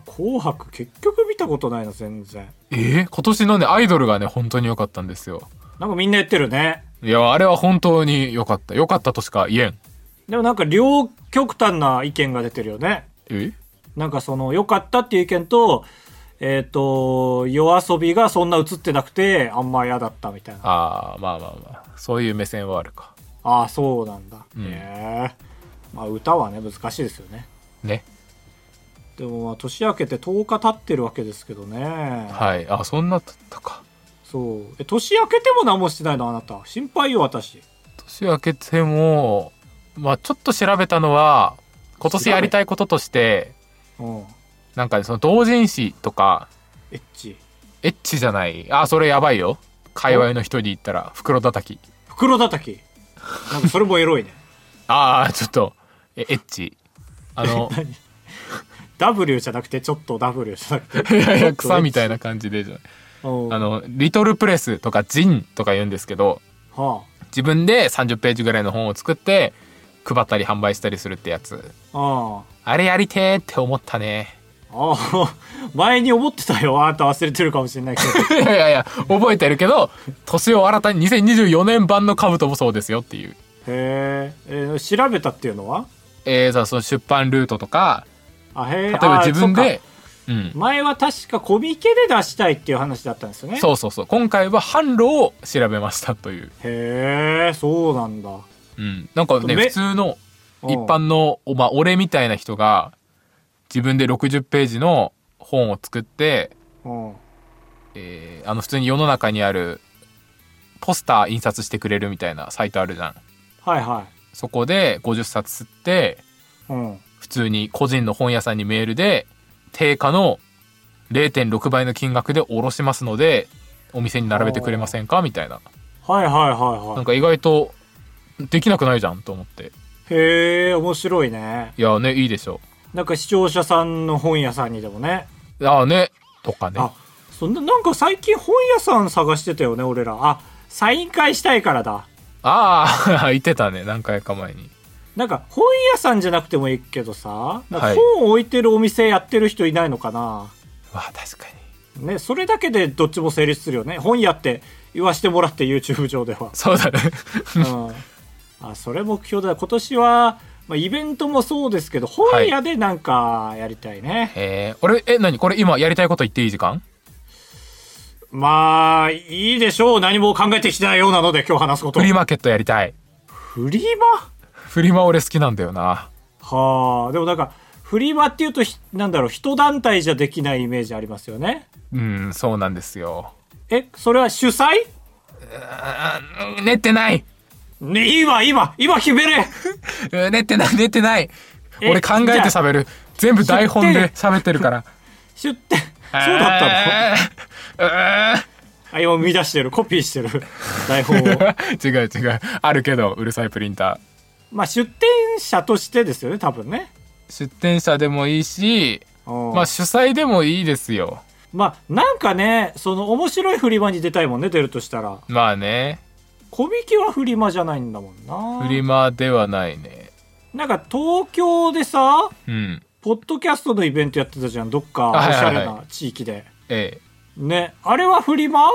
紅白結局見たことないの全然えー今年のねアイドルがね本当に良かったんですよなんかみんな言ってるねいやあれは本当に良かった良かったとしか言えんでもなんか両極端な意見が出てるよねえなんかその良かったっていう意見とえっ、と夜遊びがそんな映ってなくてあんま嫌だったみたいなああまあまあまあそういう目線はあるかああそうなんだ、うんへえまあ歌はね難しいですよねねでもまあ年明けて10日経ってるわけですけどねはいあそんなだったかそうえ年明けても何もしてないのあなた心配よ私年明けてもまあちょっと調べたのは今年やりたいこととしてうんなんかねその同人誌とかエッチエッチじゃないあそれやばいよ界隈の人に言ったら袋叩き袋叩きなんかそれもエロいねああちょっとえエッチあ *laughs* の W じゃなくてちょっと W じゃなくてい *laughs* やいや草みたいな感じでじゃないうんあのリトルプレスとかジンとか言うんですけどは自分で30ページぐらいの本を作って配ったり販売したりするってやつああれやりてーって思ったね *laughs* あああ *laughs* 前に思ってたよあなた忘れてるかもしれないけど *laughs* いやいやいや覚えてるけど年を新たに2024年版の兜もそうですよっていうへええー調べたっていうのはえー、さその出版ルートとかあへえ例えば自分あそうでかうん前は確かコミケで出したいっていう話だったんですよねそうそうそう今回は販路を調べましたという、へえそうなんだうん、なんかねめ普通のうん一般の、おまあ、俺みたいな人が自分で60ページの本を作って、うんえーあの普通に世の中にあるポスター印刷してくれるみたいなサイトあるじゃんはいはそこで50冊吸っていうん普通に個人の本屋さんにメールで定価の0.6倍の金額でおろしますのでお店に並べてくれませんかみたいなはいはいはいなんはか意外とできなくないじゃんと思っていへえ面白いねいやねいいでしょなんか視聴者さんの本屋さんにでもねああねとかねあそんななんか最近本屋さん探してたよね俺らあサイン会したいからだあ *laughs* あ、言ってたね、何回か前に。なんか本屋さんじゃなくてもいいけどさなんはかい本を置いてるお店やってる人いないのかな、わあ、確かに。ねそれだけでどっちも成立するよね本屋って言わしてもらって YouTube 上で *laughs* はそうだね。うんあそれ目標だ今年は、まあ、イベントもそうですけど本屋でなんかやりたいね、えー、俺、え、何これ今やりたいこと言っていい時間まあいいでしょう何も考えてきてないようなので今日話すことフリーマーケットやりたい。フリフリマ俺好きなんだよな。マはあでもなんかフリマっていうとひなんだろう人団体じゃできないイメージありますよねうん、そうなんですよ。えそれは主催あうん練ってないねいいわ今今決めれうん練ってない練ってないえ俺考えて喋る。全部台本で喋ってる *laughs* から。出店そうだったのたのあ、今見出してる、コピーしてる台本を。 *laughs* 違う違うあるけどうるさいプリンタまあ、出店者としてですよね、多分ね。ー出店者でもいいしうんまあ主催でもいいですよまあ、なんかね、その面白いフリマに出たいもんね、出るとしたら。まあねコミケはフリマじゃないんだもんな。フリマではないねなんか東京でさ、うんポッドキャストのイベントやってたじゃん、どっかおはいしはいゃはいれな地域で。ええね、あれはフリマ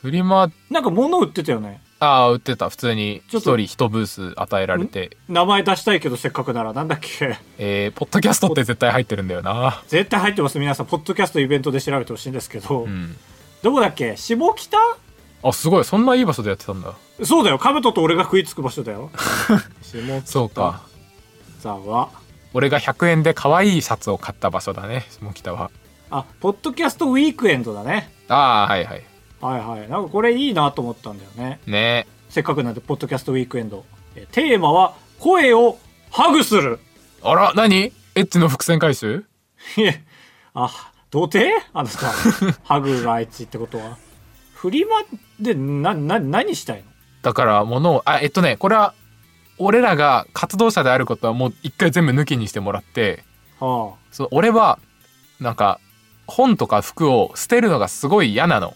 フリマなんか物売ってたよね。ああ売ってた普通にちょ一っと人一ブース与えられて名前出したいけどせっかくなら、なんだっけ。えー、ポッドキャストって絶対入ってるんだよな絶対入ってます、皆さん。ポッドキャストイベントで調べてほしいんですけど。うんどこだっけ下北あすごいそんないい場所でやってたんだそうだよ、カブトと俺が食いつく場所だよ。下そうか北は。俺が100円で可愛いシャツを買った場所だね下北はあ、ポッドキャストウィークエンドだね。ああはいはいはいはい。なんかこれいいなと思ったんだよね。ねせっかくなんで、ポッドキャストウィークエンド。えテーマは、声をハグする。あら何エッチの伏線回収いえあ、童貞あの *laughs* さ、ハグがあいつってことは。フリマで、な、な、何したいのだから物をあえっとねこれは俺らが活動者であることはもう一回全部抜きにしてもらってはそう俺はなんか本とか服を捨てるのがすごい嫌なの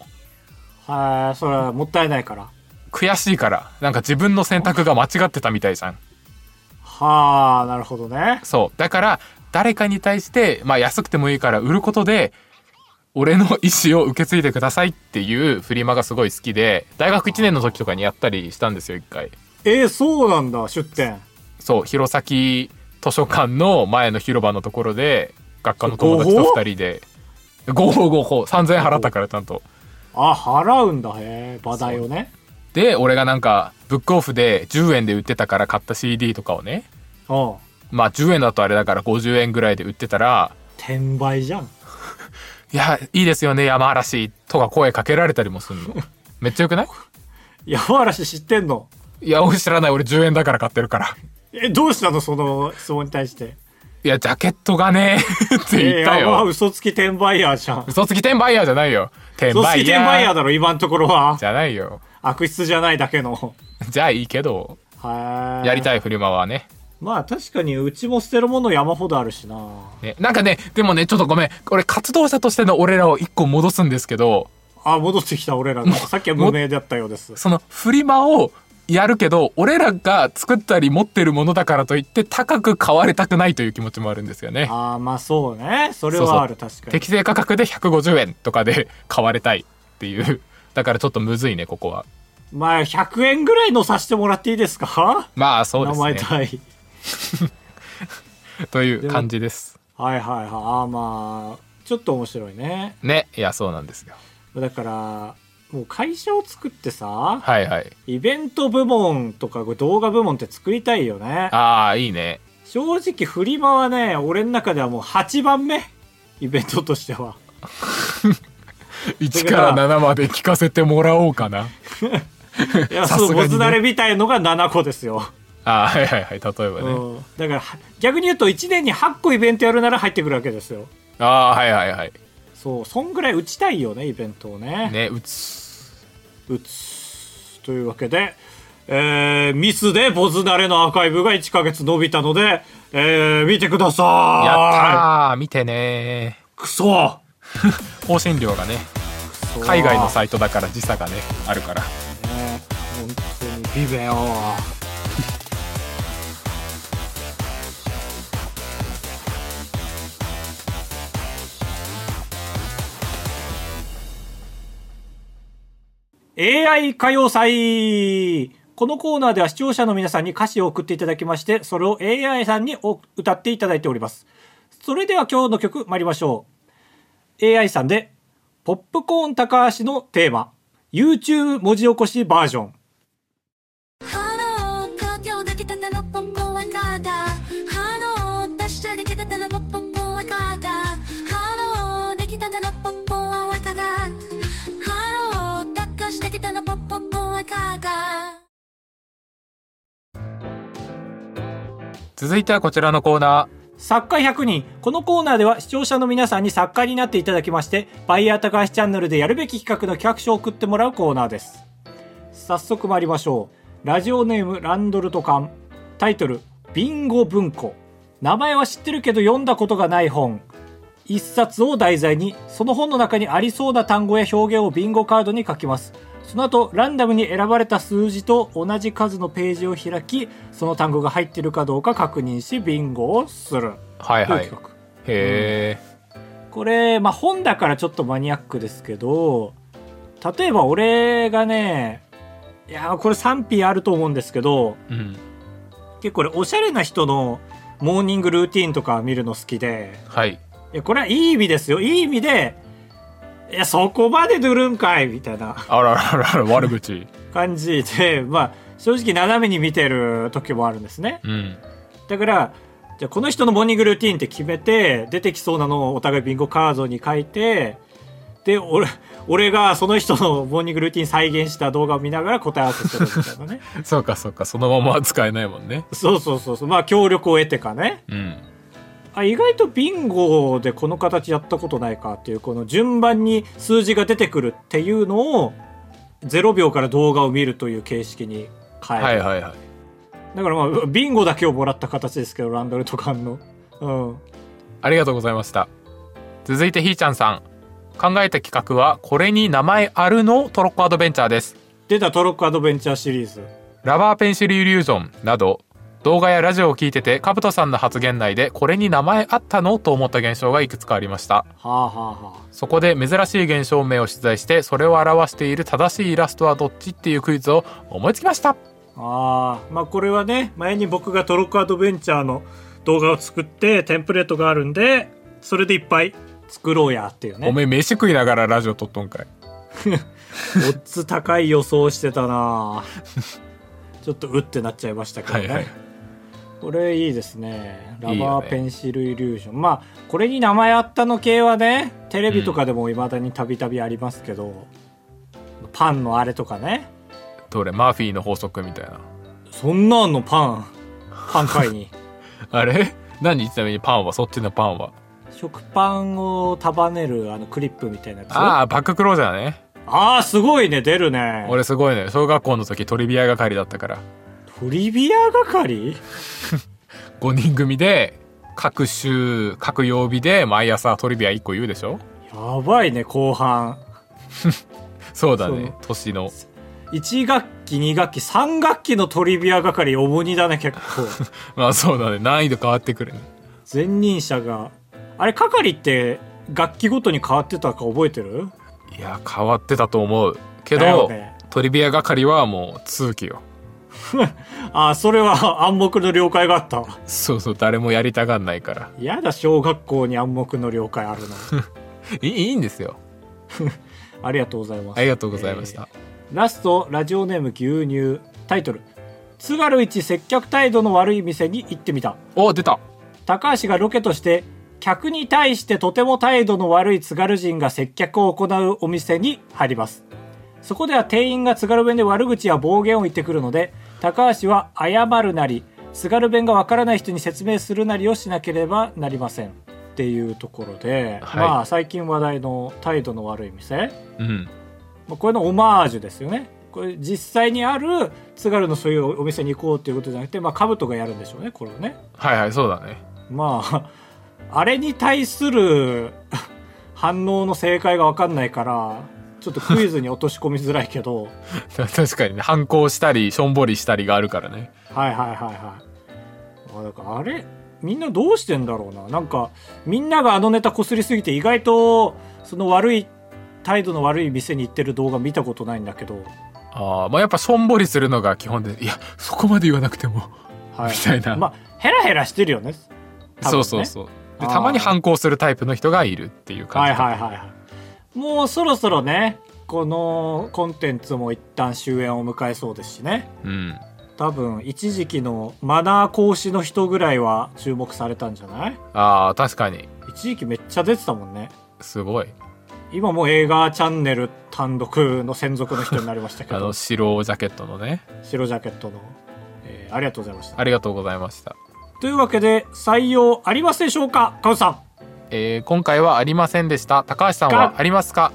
あ、はい、それはもったいないから。悔しいからなんか自分の選択が間違ってたみたいじゃんはあ、なるほどね。そうだから誰かに対してまあ安くてもいいから売ることで俺の意思を受け継いでくださいっていうフリマがすごい好きで大学1年の時とかにやったりしたんですよ一回えーそうなんだ、出店。そう弘前図書館の前の広場のところで学科の友達と2人で合法合法3000円払ったからちゃんとあ、払うんだ、へえ、場代をね。で俺がなんかブックオフで10円で売ってたから買った CD とかをねうん。まあ10円だとあれだから50円ぐらいで売ってたら転売じゃん。 「いやいいですよね山嵐」とか声かけられたりもす *laughs* んのめっちゃよくない山嵐知ってんのいや俺知らない俺10円だから買ってるからえ、どうしたのその質問に対して。いやジャケットがね *laughs* ってえ言ったやば、よ嘘つき転売ヤーじゃん。嘘つき転売ヤーじゃないよ転嘘つき売転売ヤヤーーだろ、今のところはじ。ゃないよ悪質じゃないだけの。じゃあいいけどはい。やりい。たいフリマはねまあ確かに、うちも捨てるもの山ほどあるしな。ねなんかねでもねちょっとごめん俺活動者としての俺らを一個戻すんですけどあ、戻ってきた俺らが。さっきは無名だったようです。 *laughs* そのフリマをやるけど俺らが作ったり持ってるものだからといって高く買われたくないという気持ちもあるんですよねあーまあそうね。それはある、確かに。適正価格で150円とかで買われたいっていうだからちょっとむずいねここはまあ、100円ぐらいのさせてもらっていいですかまあそう名前ですね代。という感じですはいはいはい。あーまあ、ちょっと面白いね。ねいやそうなんですよだからもう会社を作ってさはいはいイベント部門とか動画部門って作りたいよねああいいね正直フリマはね俺の中ではもう8番目イベントとして *laughs* は1から7まで聞かせてもらおう *laughs* かないやさそすうがにねボズダレみたいのが7個ですよ、ああはいはいはい例えばねうん、だからは逆に言うと1年に8個イベントやるなら入ってくるわけですよああはいはいはいそうそんぐらい打ちたいよねイベントをねねうつ打つというわけで、えーミスでボズダレのアーカイブが1ヶ月伸びたので、えー見てくださいやったー見てねクソー更新料がねクそう海外のサイトだから時差がねあるからね本当にビベオAI 歌謡祭このコーナーでは視聴者の皆さんに歌詞を送っていただきましてそれを AI さんにお歌っていただいておりますそれでは今日の曲参りましょう AI さんで、ポップコーン高橋のテーマ、YouTube 文字起こしバージョン。ハロー東京が来たならポンポンわかったハロー達者できたならポンポンわかったハローできたならポンポンはわかったハロー高橋できたならポンポンポンわかった続いてはこちらのコーナ作家100人。このコーナーでは視聴者の皆さんに作家になっていただきまして、バイヤー高橋チャンネルでやるべき企画の企画書を送ってもらうコーナーです。早速参りましょう。ラジオネームランドルトカン。タイトル、ビンゴ文庫。名前は知ってるけど読んだことがない本。一冊を題材にその本の中にありそうな単語や表現をビンゴカードに書きますその後ランダムに選ばれた数字と同じ数のページを開きその単語が入っているかどうか確認しビンゴをするーはいといはういへ企画え、これ、まあ、本だからちょっとマニアックですけど例えば俺がねいやーこれ賛否あると思うんですけどうん、結構俺おしゃれな人のモーニングルーティンとか見るの好きではいいやこれはいい意味ですよいい意味でいやそこまで塗るんかいみたいなあらららら悪口感じでまあ正直斜めに見てる時もあるんですねうんだからじゃあこの人のモーニングルーティーンって決めて出てきそうなのをお互いビンゴカードに書いてで俺俺がその人のモーニングルーティーン再現した動画を見ながら答え合わせするみたいな *laughs* ねそうかそうかそのままは使えないもんねそうそうそうそうまあ協力を得てかねうんあ意外とビンゴでこの形やったことないかっていうこの順番に数字が出てくるっていうのを0秒から動画を見るという形式に変える、はいはいはいだからまあビンゴだけをもらった形ですけどランドルト缶のうんありがとうございました続いてひーちゃんさん考えた企画はこれに名前あるのトロッコアドベンチャーです出たトロッコアドベンチャーシリーズラバーペンシルイリュージョンなど動画やラジオを聞いててカブトさんの発言内でこれに名前あったのと思った現象がいくつかありましたはあはあはそこで珍しい現象名を取材してそれを表している正しいイラストはどっちっていうクイズを思いつきましたああーまあこれはね前に僕がトロッコアドベンチャーの動画を作ってテンプレートがあるんでそれでいっぱい作ろうやっていうねおめえ飯食いながらラジオ撮っとんかいオッズ高い予想してたな *laughs* ちょっとうってなっちゃいましたけどね、はいはいこれいいですねラいいよバねーペンシルイリュージョンまあこれに名前あったの系はねテレビとかでもいまだにたびたびありますけど、パンのあれとかねどれマーフィーの法則みたいなそんなんのパンパン買いに *laughs* あれ何ちなみにパンはそっちのパンは食パンを束ねるあのクリップみたいなやつああバッククロージャーねあーすごいね出るね俺すごいね小学校の時トリビア係だったからトリビア係5人組で各週各曜日で毎朝トリビア1個言うでしょやばいね後半そうだねそう年の1学期2学期3学期のトリビア係重荷だね *laughs* 結構まあそうだね難易度変わってくるね前任者があれ係って楽器ごとに変わってたか覚えてるいや変わってたと思うけだよど、ねトリビア係はもう通期よあそれは *laughs* 暗黙の了解があったわそうそう誰もやりたがんないからやだ小学校に暗黙の了解あるのいいいんですよありがとうございますありがとうございました、ラストラジオネーム牛乳タイトル「津軽一接客態度の悪い店に行ってみた」お出た高橋がロケとして客に対してとても態度の悪い津軽人が接客を行うお店に入りますそこでは店員が津軽弁で悪口や暴言を言ってくるので高橋は謝るなり津軽弁がわからない人に説明するなりをしなければなりませんっていうところで、はいまあ最近話題の態度の悪い店うんまあこれのオマージュですよねこれ実際にある津軽のそういうお店に行こうっていうことじゃなくてまあ兜がやるんでしょうねこれをねはいはいそうだね *laughs* まああれに対する反応の正解が分かんないからちょっとクイズに落とし込みづらいけど確かにね反抗したりしょんぼりしたりがあるからねはいはいはいはいあだからあれみんなどうしてんだろうななんかみんながあのネタこすりすぎて意外とその悪い態度の悪い店に行ってる動画見たことないんだけど、あーまあやっぱしょんぼりするのが基本でいやそこまで言わなくてもはい、みたいなまあヘラヘラしてるよね多分そねうそうそうあでーたまに反抗するタイプの人がいるっていう感はじいはいはいはいもうそろそろねこのコンテンツも一旦終焉を迎えそうですしねうん多分一時期のマナー講師の人ぐらいは注目されたんじゃないあー確かに一時期めっちゃ出てたもんねすごい今もう映画チャンネル単独の専属の人になりましたけあ *laughs* のど白ジャケットのね白ジャケットの、えーありがとうございましたありがとうございました、というわけで採用ありますでしょうかカウさんえー今回はありませんでした高橋さんはがありますか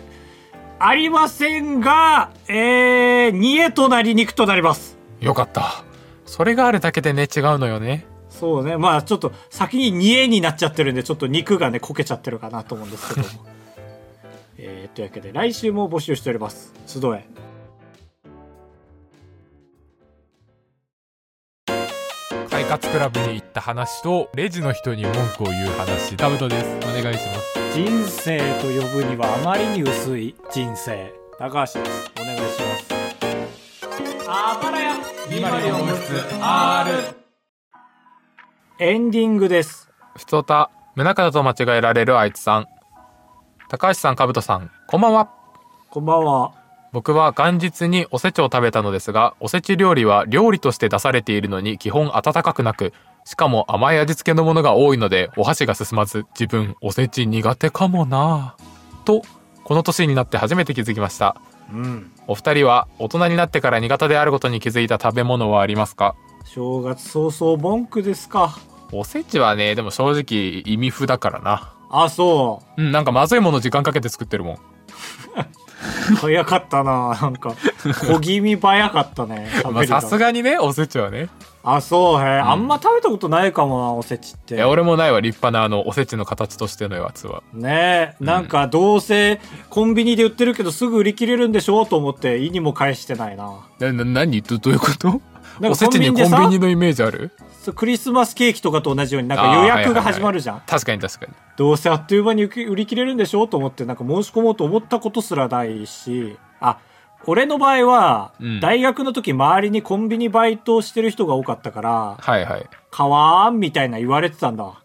ありませんがえー、煮えとなり肉となりますよかったそれがあるだけでね違うのよねそうねまあちょっと先に煮えになっちゃってるんでちょっと肉がねこけちゃってるかなと思うんですけども、 *laughs* えーというわけで来週も募集しております集え快活クラブに行った話とレジの人に文句を言う話タブトですお願いします人生と呼ぶにはあまりに薄い人生高橋ですお願いしますあばらやエンディングですふつおた、宗像と間違えられるあいつさん。高橋さん、かぶとさん、こんばんは。こんばんは僕は元日におせちを食べたのですが、おせち料理は料理として出されているのに基本温かくなく、しかも甘い味付けのものが多いので、お箸が進まず、自分、おせち苦手かもなぁ。と、この年になって初めて気づきました。うんお二人は、大人になってから苦手であることに気づいた食べ物はありますか正月早々文句ですかおせちはね、でも正直、意味不だからな。あそうん、なんかまずいもの時間かけて作ってるもん。う早かったななんか小気味早かったね喋り *laughs* まあがさすがにねおせちはねあそうへ、あんま食べたことないかもなおせちっいてや俺もないわ立派なあのおせちの形としてのやつはねえなんかどうせコンビニで売ってるけどすぐ売り切れるんでしょうと思って意にも介してないななな何どどういうことなんおかせコちンビにニでコンさビニのイメージあるそうクリスマスケーキとかと同じようになんか予約が始まるじゃん、あーはいはいはい確かに確かにどうせあっという間に受け売り切れるんでしょうと思ってなんか申し込もうと思ったことすらないしあ俺の場合は、うん大学の時周りにコンビニバイトをしてる人が多かったからはいはい「かわーん」みたいな言われてたんだあ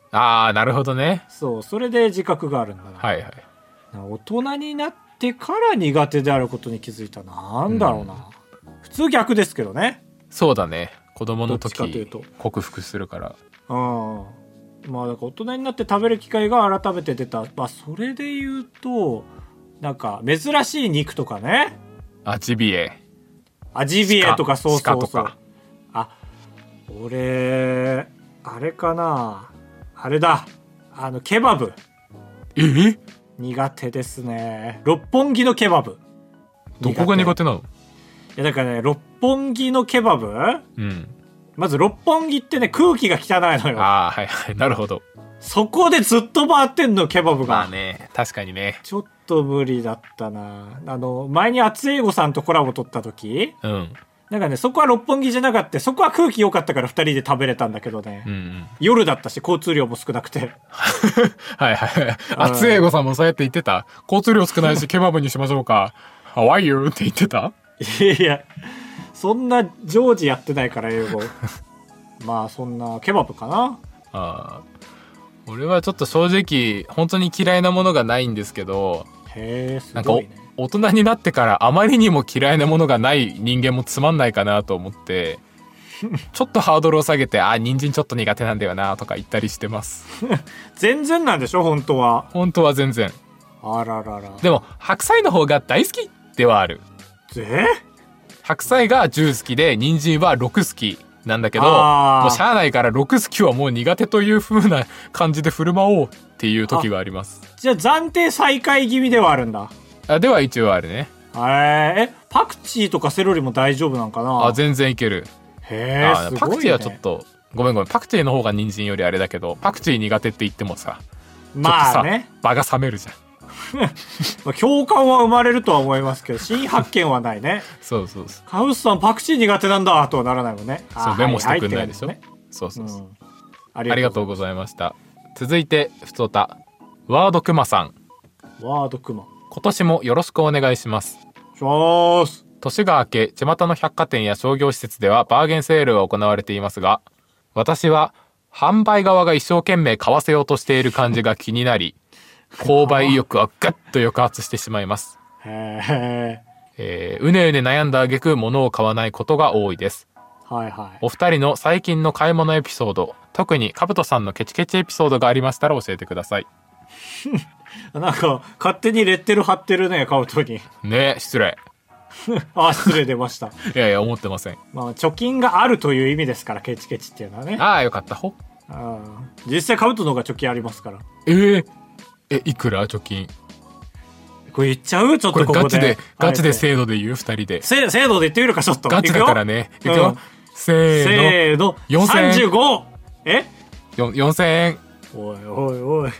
あなるほどねそうそれで自覚があるんだな、はいはい大人になってから苦手であることに気づいたなんだろうな、普通逆ですけどねそうだね子供のどっちかという時と克服するからうんまあだから大人になって食べる機会が改めて出たまあそれで言うとなんか珍しい肉とかねあジビエアジビエとかそうそ鹿うとそうかあ俺あれかなあれだあのケバブえ苦手ですね六本木のケバブどこが苦手手なのいやだからね六本木のケバブうんまず六本木ってね空気が汚いのよああはいはいなるほどそこでずっと回ってんのケバブが、まあね確かにねちょっと無理だったなあの前に厚英語さんとコラボ撮った時うんなんかねそこは六本木じゃなかったそこは空気良かったから2人で食べれたんだけどね、う *laughs* んうん夜だったし交通量も少なくて *laughs* はいはい。厚英語さんもそうやって言ってた。交通量少ないし、ケバブにしましょうか。How are you? って言ってたいやいやそんな常時やってないから英 *laughs* 語まあそんなケバブかなああ。俺はちょっと正直、本当に嫌いなものがないんですけど、へえすなんかお、ごいね大人になってからあまりにも嫌いなものがない人間もつまんないかなと思って、 *laughs* ちょっとハードルを下げて、あ、人参ちょっと苦手なんだよなとか言ったりしてます。全然なんでしょ本当は本当は全然。あらららでも、白菜の方が大好きではある。ぜ白菜が10好きで人参は6好きなんだけどあーもうしゃあないから6好きはもう苦手という風な感じで振る舞おうっていう時がありますじゃあ暫定最下位気味ではあるんだあでは一応あれねへーえパクチーとかセロリも大丈夫なんかなあ全然いける、へえあすごい、ね、パクチーはちょっとごめんごめんパクチーの方が人参よりあれだけどパクチー苦手って言ってもさまあねちょっとさ場が冷めるじゃんまあ共感は生まれるとは思いますけど、新発見はないね。そうそうそうカウスさんパクチー苦手なんだとはならないもんね。そうあメモしてくんないでしょ、ははそうそうってそう、ねうんあありりががととううございました続いてふつおたワードくまさんワードクマ。今年もよろしくお願いしますしょーす。年が明け巷の百貨店や商業施設ではバーゲンセールが行われていますが私は販売側が一生懸命買わせようとしている感じが気になり購買意欲はガッと抑圧してしまいますへえーうねうね悩んだ挙句物を買わないことが多いですー。はいはい。お二人の最近の買い物エピソード特にカブトさんのケチケチエピソードがありましたら教えてくださいなんか、勝手にレッテル貼ってるね、カウトに。ねえ失礼あ、失礼出ました。 *laughs* いやいや思ってませんまあ、貯金があるという意味ですから、ケチケチっていうのはね。ああよかったほうん実際カウトの方が貯金ありますから。えー、えいくら貯金これ言っちゃうちょっことこれこで。ガチでガチあでえてせーので言う二人でせ制度で言ってみるかちょっとガチだからねいくうよ、んせーせーの4000 35えのよ4000円おいおいおい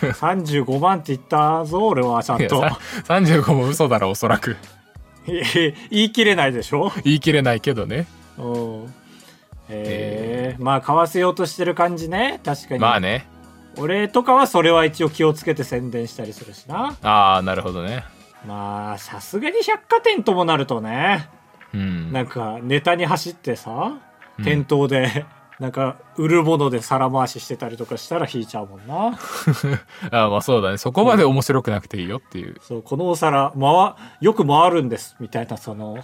35万って言ったぞ俺はちゃいんやとさ35も嘘だろおそらく *laughs* いや *laughs* 言い切れないでしょ言い切れないけどねうんえー、まあ買わせようとしてる感じね確かに、まあね俺とかはそれは一応気をつけて宣伝したりするしなああなるほどねまあさすがに百貨店ともなるとねうんなんかネタに走ってさ店頭で、なんか売るもので皿回ししてたりとかしたら引いちゃうもんな *laughs* ああまあそうだねそこまで面白くなくていいよっていうそうこのお皿回よく回るんですみたいなその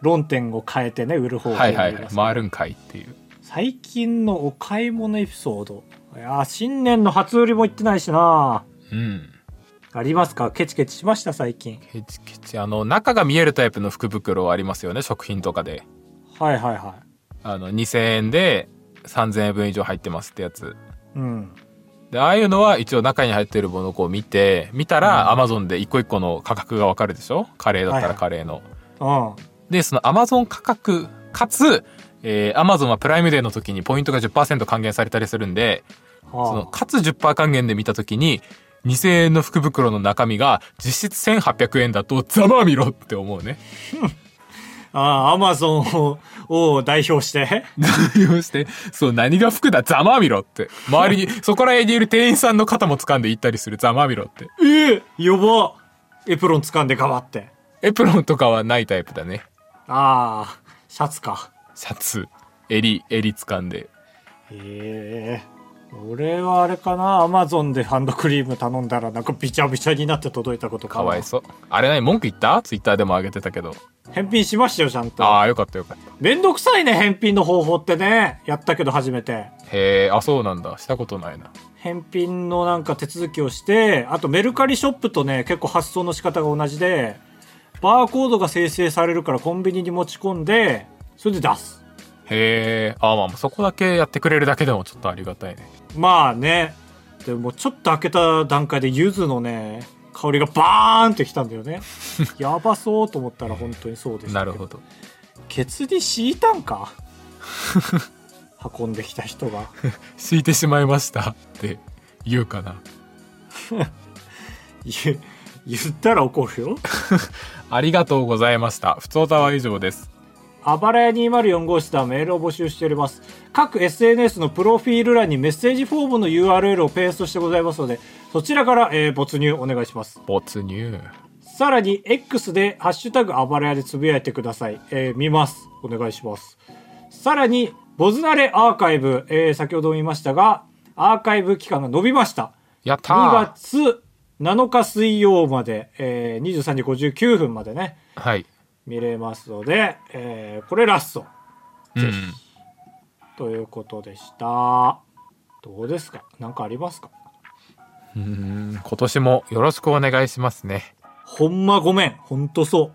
論点を変えてね売る方は法いはをいは見い出す回るんかいっていう最近のお買い物エピソードいやー新年の初売りも行ってないしなうんありますかケチケチしました最近ケチケチあの中が見えるタイプの福袋ありますよね食品とかではいはいはあの2000円で3000円分以上入ってますってやついうんでああいうのは一応中に入ってるものをこう見て見たらアマゾンで一個一個の価格がわかるでしょカレーだったはいはらいカレーの、うんでそのアマゾン価格かつえー、アマゾンはプライムデーの時にポイントが10%還元されたりするんでそのはかつ10%還元で見た時に2000円の福袋の中身が実質1800円だとざまあみろって思うね。ああアマゾンをを代表して *laughs* 対応して、そう、何が服だ、ざまあみろって。*laughs* 周りに、そこら辺にいる店員さんの肩も掴んで行ったりする、ざまあみろって。ええやばエプロン掴んでガバってエプロンとかはないタイプだね。ああシャツかシャツ、襟、襟掴んで。へえ俺はあれかなアマゾンでハンドクリーム頼んだらなんかびちゃびちゃになって届いたことかかなわいそう。あれ何文句言ったツイッターでも上げてたけど。返品しましたよちゃんとああ、よかったよかった。めんどくさいね返品の方法ってねやったけど初めてへえ、あ、そうなんだ。したことないな。返品のなんか手続きをしてあとメルカリショップとね結構発送の仕方が同じでバーコードが生成されるからコンビニに持ち込んでそれで出すへえ、あまあ、そこだけやってくれるだけでもちょっとありがたいね。まあねでもちょっと開けた段階で柚子のね香りがバーンってきたんだよ *laughs* ねやばそうと思ったら本当にそうでしたなけるほど。ケツに敷いたんか運んできた人 *laughs* が敷いてしまいましたって言うかな。言言ったら怒るよありがとうございました。ふつおたは以上です。あばらや204号室ではメールを募集しております。各 SNS のプロフィール欄にメッセージフォームの URL をペーストしてございますので、そちらから、えー没入お願いします。没入。さらに X で「ハッシュタグあばらや」でつぶやいてください、えー見ますお願いしますさらにボズナレアーカイブ、えー先ほども言いましたがアーカイブ期間が延びましたやった2ー月7日水曜まで、えー23時59分までねはい。見れますので、えーこれラストうん。ということでしたどうですか何かありますか今年もよろしくお願いしますね。ほんまごめんほんとそう